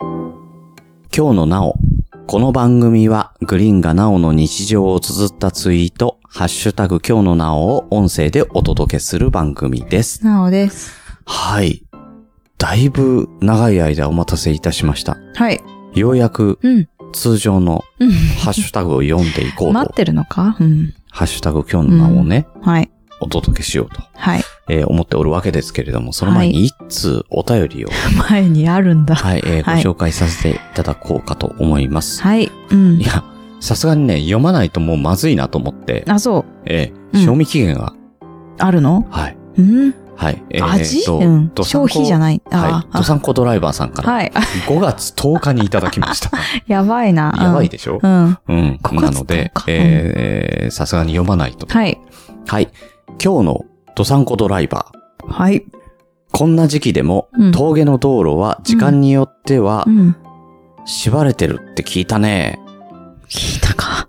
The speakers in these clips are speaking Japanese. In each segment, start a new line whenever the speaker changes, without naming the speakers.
今日のなお。この番組はグリーンがなおの日常を綴ったツイート、ハッシュタグ今日のなおを音声でお届けする番組です。
なおです。
はい。だいぶ長い間お待たせいたしました。
はい。
ようやく
うん。
通常の
うん
ハッシュタグを読んでいこう
待っ
と。
てるのかうん。
ハッシュタグ今日の名をね、
はい。
お届けしようと、
はい。
えー思っておるわけですけれども、その前
は
に一通お便 りを、は
前にあるんだ。
い、えー
はい
ご紹介させていただこうかと思います。
はい。うん
い、。や、さすがにね、読まないともうまずいなと思って、
あ、そう。
え
う
ー、
ん
賞味期限が、
あるの
はい、
うん。
はい、え
味
と
うん。
どさん
消
こ
費じゃない。
は
あ
い、
あ
ドサンコドライバーさんか
は
ら、
い。
5月10日にいただきま した。
やばいな。うん
やばいでしょ
うん。
うん。
5月10日
なので、えーさすがに読まないと。
はい。
はい。今日のドサンコドライバー。
はい。
こんな時期でも、
うん
峠の道路は時間によっては
う、ん。
縛れてるって聞いたね。
聞いたか。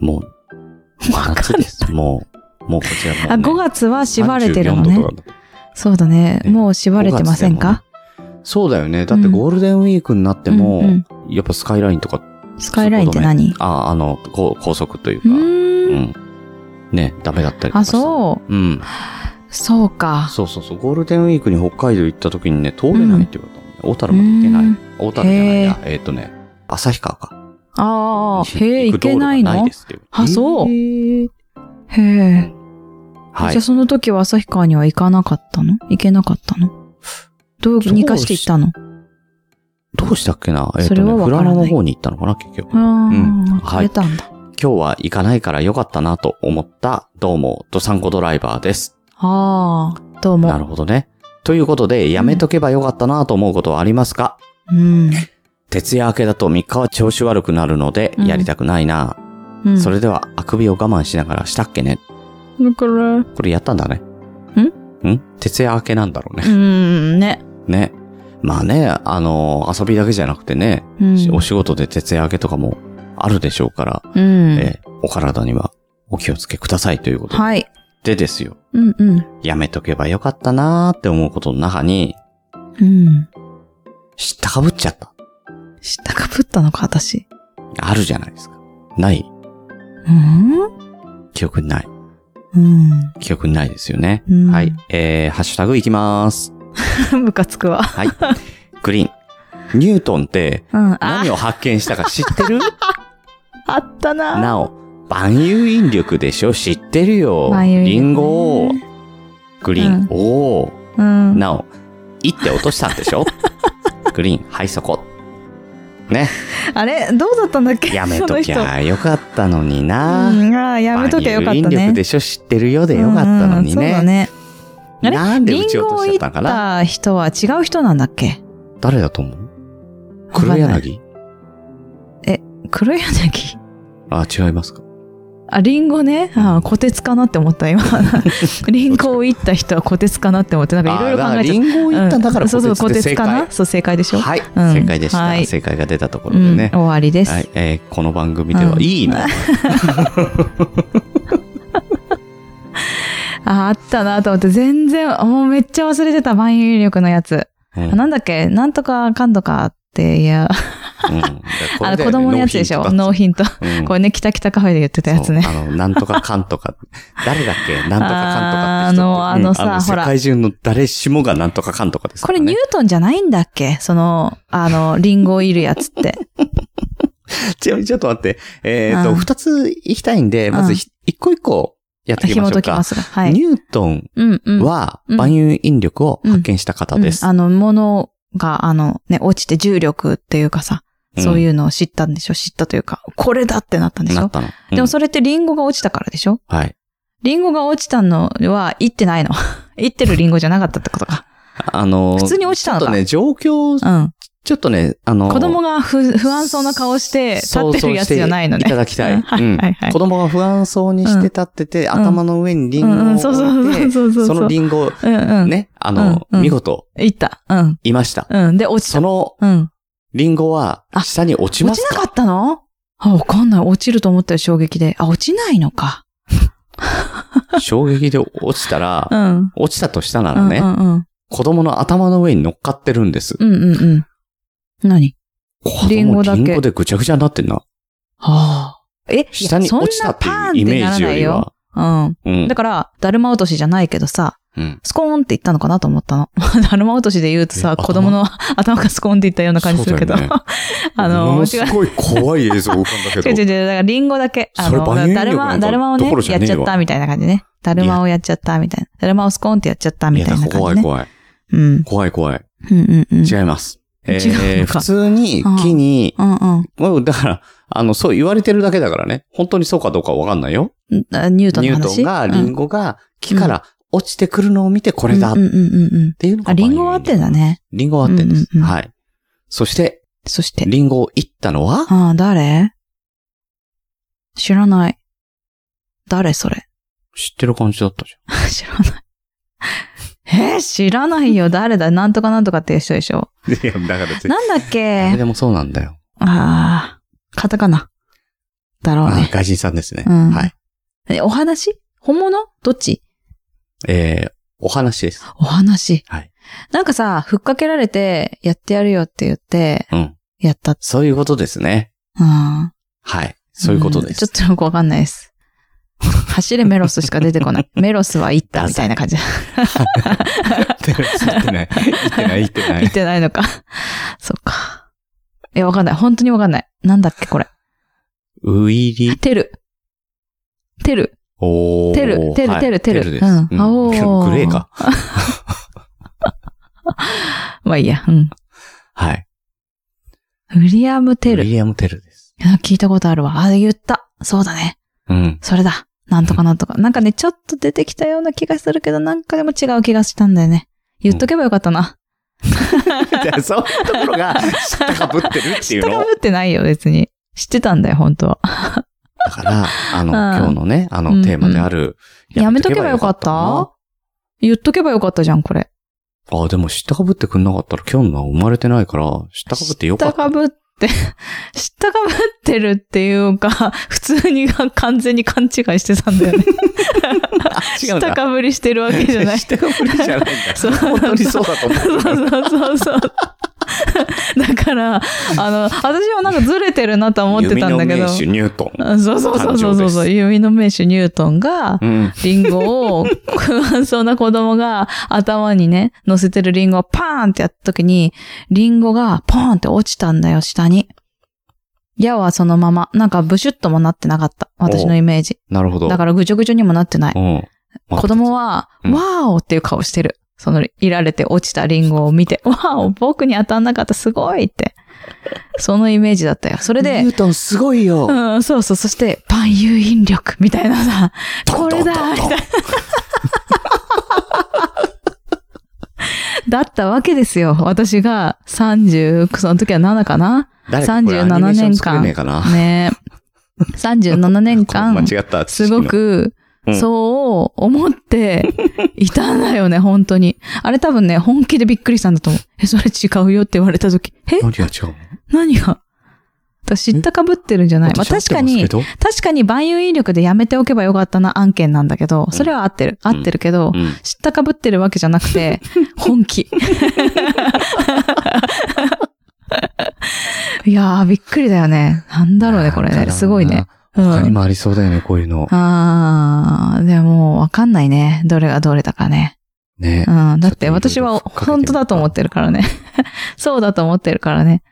もう、
わか
夏
んな
で
い。
す。もう、もうこちらもう、ね。
あ、5月は縛れてるの
34
ね
度。とかだ
そうだね。
ね
もう縛れてませんか
そうだよね。だってゴールデンウィークになっても、
うんうん
やっぱスカイラインとか、
スカイラインって何
あ、あの、こう高速という
う
か、
ー。
うんんね、ダメだったりとか
あ、
して
そう。
う。うん。
そうか。
そうそうそう。ゴールデンウィークに北海道行った時にね、通れないって言われたのね。小樽まで行けな
う
い
ん。
小樽じゃないや。えっ、とね、旭川か。
ああ、へ
行
え、い
く道
け
路が
ないの
ないですって言われた
あそう
へー
へえ。
は
じゃあ
い。
その時は旭川には行かなかったの行けなかったのどう、
そう
2かして行ったの
どうしたっけなえっ、
そ
と
れ
ね、
はわ
富
から
良
ない
野の方に行ったのかな、結局。今
あ
うん
あ、
はい
行けたんだ。
日は行かないからよかったなと思った、どうも、ドサンコドライバーです。
ああ、どう
な
も。
るほどね。ということで、やめとけばよかったなと思うことはありますか、
うん。
徹夜明けだと3日は調子悪くなるので、
うん
やりたくないな、
うん。
それでは、あくびを我慢しながらしたっけね。
だから、う
これやったんだね。んん徹夜明けなんだろうね。
ん、ね。
ね。まあね、あの遊びだけじゃなくてね、
うん。
お仕事で徹夜明けとかもあるでしょうから、
うん。
えーお体にはお気をつけくださいということで。
はい。
でですよ。
うんうん。
やめとけばよかったなーって思うことの中に、
うん。
知ったかぶっちゃった。
知ったかぶったのか、私。
あるじゃないですか。ない
うん
記憶にない。
うん。
記憶にないですよね。
うん
はい。えー、ハッシュタグいきます。
ムカつくわ。
はい。グリーン。ニュートンって
うん。あ
何、を発見したか知って る
あったな。
なお、万有引力でしょ知ってるよ。
万有引力ね
リンゴを。グリーン、
うん
おー。
うん。
なお、いって落としたんで しょグリーン、はいそこ。ね。
あれどうだったんだっけ
やめとき
その人
ゃよかったのにな。
うん、ああ、やめときゃよかった
万有引
ね
力。でしょ知ってるよでよかったのに
うんうんそうだ
ね。
ね。あれ
なんで
リ
打ち
ン
落
ゴ
と
を
しち
い
ゃ
っ
ったのかな
た人は違う人なんだっけ
誰だと思う黒
わかんない
柳
黒柳
あ、違いますか
あ、リンゴね。ああ、虎鉄かなって思っ た、今。リンゴをいった人は虎鉄かなって思って、なんかいろいろ考えちゃっ。
リンゴを言ったたんだから、
うんそうそう、虎鉄かな
で
そう、正解でし
正
ょ。
解はい、
うん
正解でした、
はい
正解が出たとこ
う
ろで
ん、
ね
終。わりです。
はい、えーこの番組では、
うん
いいの、
あ、あったなと思って、全然、もうめっちゃ忘れてた、万有力のやつ。
うん
あなんだっけなんとかかんとかって、いや、
うんだからこれ
あの
で
子供のやつでしょ。ノーヒント。
うん
これね、キタキタカフェで言ってたやつね
そ。うあの、なんとかかんとか、誰だっ けなんとかかんとかって人って
あーあのあのさ
うん
ほら
世界中の誰しもがなんとかかんとかです
こ
から
れ
ね。
ニュートンじゃないんだっけその、あの、リンゴいるやつ って。
ちなみにちょっと待って、えっと、
うん
二つ行きたいんで、まずひ一個一個やっていきま
紐
しょう
解きま
か。
すが。はい。
ニュートン
うんうん。
は
うん
万有引力を発見した方です
うん。あの、物が、あの、ね、落ちて重力っていうかさ、そういうのを知ったんでしょ知ったというか、これだってなったんでし
な
ょ
ったの。うん
でもそれってリンゴが落ちたからでしょ
はい。
リンゴが落ちたのは、行ってないの。 行ってるリンゴじゃなかったってことか。
あのー、
普通に落ちたの
ちょっ
か。
とね、状況、
うん。
ちょっとね、あのー、
子供が不不安そうな顔して立
想像
ってるやつじゃないの
してい
ね。
ただきたい。
うん はい
うん
はいはい
子供が不安そうにして立ってて、頭の上にリン
う
ゴを
ん
置
う
い
ん、
て、
そうそうそうそうそう。
そのリンゴ、
うんうん。
ね、あの、
うんうん
見事、
行った。うん。
いました。
うん。で、落ちた。
その、
うん。
リンゴは、
あ
下に落ちま
落ち
す
な
か
かったのあ、わかんない。落ちると思ったよ、衝撃で。あ、落ちないのか。
衝撃で落ちたら
う、ん。
落ちたとしたな
う
ら
ん
ね、
うんうん。
子供の頭の上に乗っかってるんです。
うんうんうん。何
子
リン
供
ゴだけ
リンゴでぐちゃぐちゃになってんな。
はあ。え、
下に落ちたっていうイメージよりは。
いや。そんなパーンってならないよ
う
うん。
ん
だ。から、だるま落としじゃないけどさ、
うん。
スコーンって言ったのかなと思ったの。 だるま落としで言うと
え
さ、
頭
子供の 頭がスコーンって言ったような感じするけど。
そうだよ
あ
も
の、
の
違
す
う。
ごい怖い映像浮かんだ
違う
け
違う
ど。
違う。だから、リンゴだけ。あ
それ
の、
万有引力
だるま、
なんか
だるまをね
どころ、じ
や
ゃ
っ
ねえわ
ちゃったみたいな感じね。だるまをやっちゃったみたいな。だるまをスコーンってやっちゃった
い
み
や、
たいな
怖い
感じね。
怖い。
うん。
怖い怖い。
うんうんうん。
違います。え
違う
ー
のか
普通に木に、
うんうん
もうだから、あの、そう言われてるだけだからね。本当にそうかどうかわかんないよ。
うん。あニュートン
ニ
の
ュー
話。
トンがリン
ゴ
ゴが木から落ちてくるのを見てこれだっ
うんうんうんうん。
ていうのが
あ、リンゴは合ってんだ。ね。
リンゴは合ってんです
う。んうんうん
はい。そして、
そして。
リンゴをいったのは、
ああ、誰知らない。誰それ
知ってる感じだったじ
知らない。えー知らな いよ。誰だなんとかなんとかっていう人でしょ。
ゃん。いや、だから絶対、
なんだっ
誰
け
でもそうなんだよ。
ああ、カタカナ。だろう
あ
ね。
外人さんですね。
うん
はい。
えお話本物どっち
えー、お話です。
お話。
はい
なんかさ、ふっかけられて、やってやるよって言って、
うん
やった。
そういうことですね。
うん
はい。そういうことで
ん
す。
ちょっとよくわかんないです。走れメロスしか出て こない。メロスは行ったみたいな感じ。
言ってない。言ってない、言ってな
見。てないのか。そっか。え、わかんない。本当にわかんない。なんだっけ、これ。
ウィリ。
テル。テル。
おー
テルテル
はい
テルテル
です。
うん
うん
あおー
グレーか。
まあいいや。うん。
はい。
ウィリアム・テ
ウィ
ル。
リアム・テルです。
あ聞いたことあるわ。あ、言った。そうだね。
うん。
それだ。なんとかなんとか。なんかね、ちょっと出てきたような気がするけど、なんかでも違う気がしたんだよね。言っとけばよかったな。
そういうところが、知ったかぶってるって
知
い
っ
う
たか
の
ぶ。ってないよ、別に。知ってたんだよ、本当は。
だから、あの、
うん
今日のね、あ
うんう
の、
ん
テーマである、
やめとけばよかった言っとけばよかったじゃん、これ。
あ、でも知ったかぶってくんなかったら、今日のは生まれてないから、知ったかぶってよ
知
か
った
った。
かぶって、 知ったかぶってるっていうか、普通にが完全に勘違いしてたんだよ ね。
違
知った
ぶ
かぶりしてるわけじゃ ない。
知ったかぶりじゃないんだ。
そう
本当にそうだと思
そう
う。
そうそう そう。だから、あの、私はなんかずれてるなと思ってたんだけ
弓
ど。
の名手ニュートン。
あそうそうそうそうそうそう。弓の名手ニュートンが、
うん。
リンゴを、 不安そうな子供が頭にね、乗せてるリンゴをパーンってやった時に、リンゴがポーンって落ちたんだよ、下に。矢はそのまま、なんかブシュッともなってなかった。私のイメージ。
なるほど。
だからぐちょぐちょにもなってない。
うん。
子供は、
うん
わーおっていう顔してる。その、いられて落ちたリンゴを見 て、わーお、僕に当たんなかった、すごいって。そのイメージだったよ。それで
ニュ、ートンすごいよ。
うん、そうそう、そして、パン誘引力、みたいなさ、これだみたいな。だったわけですよ。私が30、その時は7かな
誰かこ
37
れアニメーション作れねえかな
ねえ37年間、
間違った。
すごく
うん、
そう思っていたんだよね、 本当に。あれ多分ね、本気でびっくりしたんだと思う。え、それ違うよって言われた時、え
何が違うの
何が私知ったかぶってるんじゃないまあ確かに、
私合ってます
確かに万有引力でやめておけばよかったな案件なんだけど、それは合ってる。合ってるけど、
けどうん
知ったかぶってるわけじゃなく て、本気。 いやー、びっくりだよね。なんだろうね、これ
なんだろう
ね。
な
すごいね。う
他に
ん。
もありそうだよね、こういうの。
あー、でも、わかんないね。どれがどれだかね。
ね
う。ん。だって、
ちょっとい
私
ろいろ
は
ふっかけてみようか
本当だと思ってるからね。 そうだと思ってるからね。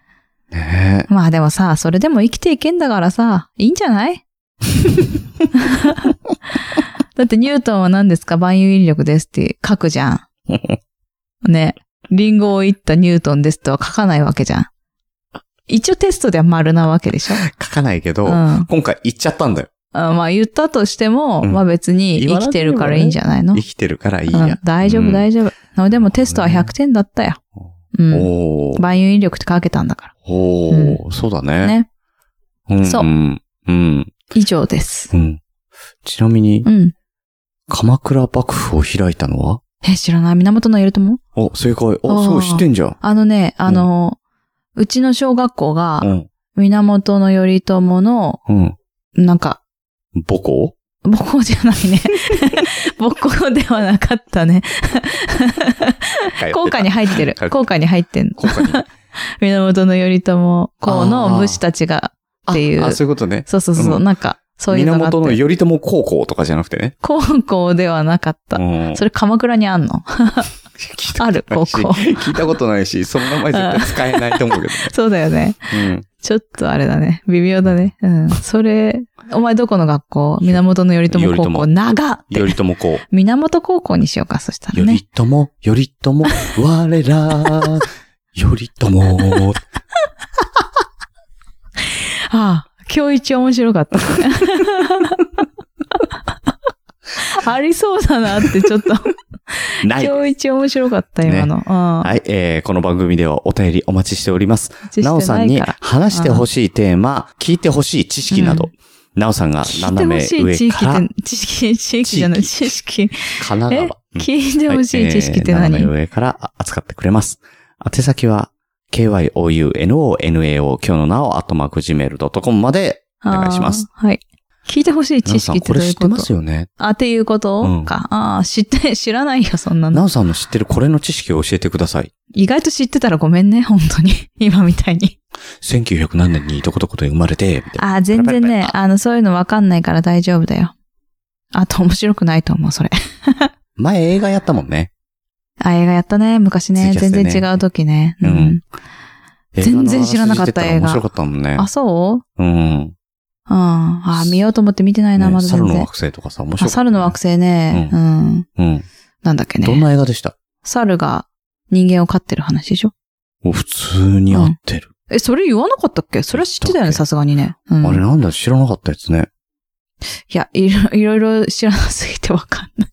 ね
まあでもさ、それでも生きていけんだからさ、いいんじゃな いだってニュートンは何ですか万有引力ですって書くじゃ ん。ね。リンゴをいったニュートンですとは書かないわけじゃん。一応テストでは丸なわけでしょ
書かないけ
う
ど、
ん。
今
あ
回言っちゃったんだよ。
まあ言ったとしても、
うん
まあ別に生きてるからいいんじゃないの、
生きてるからいいうや
ん。、大丈夫大
丈
丈夫。でもテストは100点だったよ。うん。
おー。
万有引力って書けたんだか
おー。そうだ
ら。
ね。
ね。
うん
そ
う
う
ん。うん。
以上です。
うん。ちなみに
う、ん。
鎌倉幕府を開いたのは
え、知らない源頼朝
お、正解。
あ
お、
ー
すごい、知ってんじゃん。
あのね、あの、うちの小学校が
う、ん。
源頼朝の、
うん。
なんか、
母校
母校じゃない ね。母校ではなかったね。校歌に入ってる
通って。た
校歌に入 ってんの。
効果に。
源頼朝公の武士たちがっていう。
ああ、そういうことね。
そうそうそう。
うん
なんか、そういうのがあって。
源頼朝高校とかじゃなくてね。
高校ではなかった。
うん
それ鎌倉にあんの
聞いた
ある 高校。
聞いたことないし、その名前絶対使えないと思うけど。
そうだよね。
うん。
ちょっとあれだね。微妙だね。うん。それ、お前どこの学校源頼朝高
頼
校。
朝
長っ
頼朝高。
源高校にしようか、そしたら
頼
ね。
朝、頼朝、我ら、頼朝。
ああ、今日一面白かった。 ありそうだなって、ちょ っと。
ない。
今日一面白かった、今の。うん
はい、えー、この番組ではお便りお待ちしております。
して
なおさんに
ないから
話してほしいテーマ、聞いてほしい知識など、なおさんが
聞いて
斜
ほ
め
しい地
上
域
か
っ
ら、
て、知識、地域じゃない、知識。
神奈
え
川。うん
聞いてほしい知識って何、
はいえー斜め上から扱ってくれます。宛先は、kyounonao 今日のなお、あとマーク gmail.com まで、お願いします
あー。はい。聞いてほしい
なお
知
さ
識
ん
って
こ
ど
れ
うい
知っ
う
て
こ
ます
と
よね。
あ、っていうこと
うん
か。ああ、知って、 知らないよ、そんな
な
の。
おさんの知ってるこれの知識を教えてください。
意外と知ってたらごめんね、本 当に。今みたいに。
1900何年にどこどこで生まれて、みたいな。
ああ、全然
パラパラ
ね
パ、
あの、そういうのわかんないから大丈夫だよ。あと面白くないと思う、それ。
前映画やったもんね。
あ、映画やったね、昔ね。
ツイキャ
全
スでね
然違う時ね。
うん
全然知らなかった
映画の話してら面白かったもんね
あ、。そう
うん。
うん。あ、見ようと思って見てないな、
ね
まだ全
猿の
然。
惑星とかさ、面白
あ、
い。
猿の惑星ね。
う
うん。
うん。
なんだっけ
どん
ね。
な映画でした
猿が人間を飼ってる話でしょ
もう普通に合ってる。
え、それ言わなかったっけそれは知ってた
言っ
よ
たっ
ね、
け
さすがにね。うん。
あれ
い
なんだ知らなかったやつね。
や、いろいろいろ知らなすぎてわかんない。